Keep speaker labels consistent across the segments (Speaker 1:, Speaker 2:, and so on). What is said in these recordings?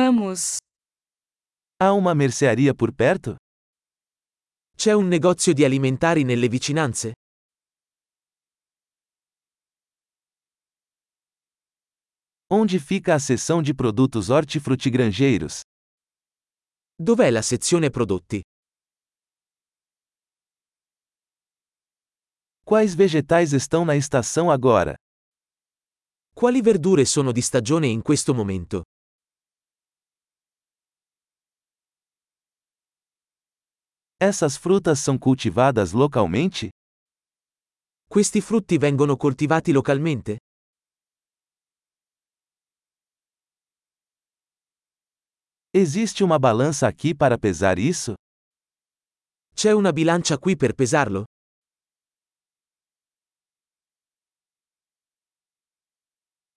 Speaker 1: Vamos.
Speaker 2: Ha una merceria pur perto?
Speaker 3: C'è un negozio di alimentari nelle vicinanze?
Speaker 2: Onde fica a seção de produtos hortifrutigranjeiros?
Speaker 3: Dov'è la sezione prodotti?
Speaker 2: Quais vegetais estão na estação agora?
Speaker 3: Quali verdure sono di stagione in questo momento?
Speaker 2: Essas frutas são cultivadas localmente?
Speaker 3: Questi frutti vengono coltivati localmente?
Speaker 2: Existe uma balança aqui para pesar isso?
Speaker 3: C'è una bilancia qui per pesarlo?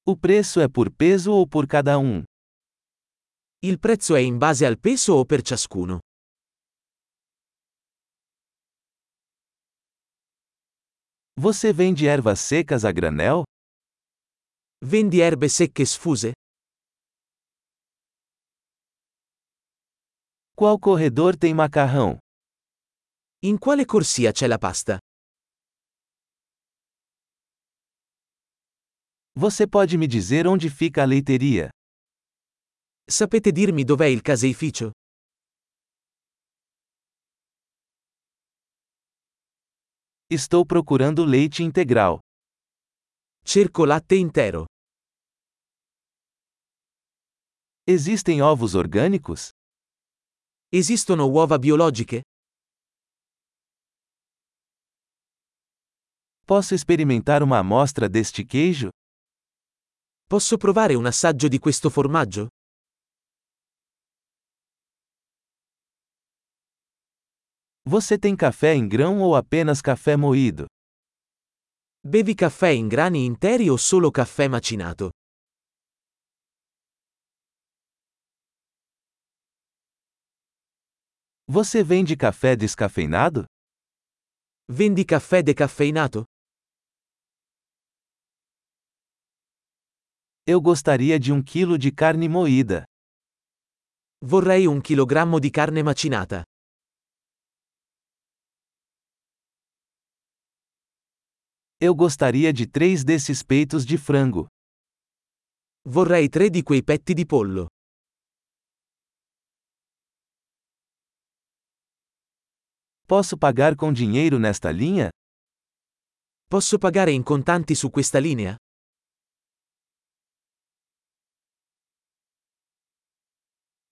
Speaker 2: O preço é por peso ou por cada um?
Speaker 3: Il prezzo è in base al peso o per ciascuno?
Speaker 2: Você vende ervas secas a granel?
Speaker 3: Vendi erbe secche sfuse?
Speaker 2: Qual corredor tem macarrão?
Speaker 3: In quale corsia c'è la pasta?
Speaker 2: Você pode me dizer onde fica a leiteria?
Speaker 3: Sapete dirmi dov'è il caseificio?
Speaker 2: Estou procurando leite integral.
Speaker 3: Cerco latte intero.
Speaker 2: Existem ovos orgânicos?
Speaker 3: Esistono uova biologiche?
Speaker 2: Posso experimentar uma amostra deste queijo?
Speaker 3: Posso provare un assaggio di questo formaggio?
Speaker 2: Você tem café em grão ou apenas café moído?
Speaker 3: Bevi caffè in grani interi o solo caffè macinato?
Speaker 2: Você vende café descafeinado?
Speaker 3: Vendi caffè decaffeinato?
Speaker 2: Eu gostaria de um quilo de carne moída.
Speaker 3: Vorrei un chilogrammo di carne macinata.
Speaker 2: Eu gostaria de três desses peitos de frango.
Speaker 3: Vorrei tre di quei petti di pollo.
Speaker 2: Posso pagar com dinheiro nesta linha?
Speaker 3: Posso pagare in contanti su questa linea?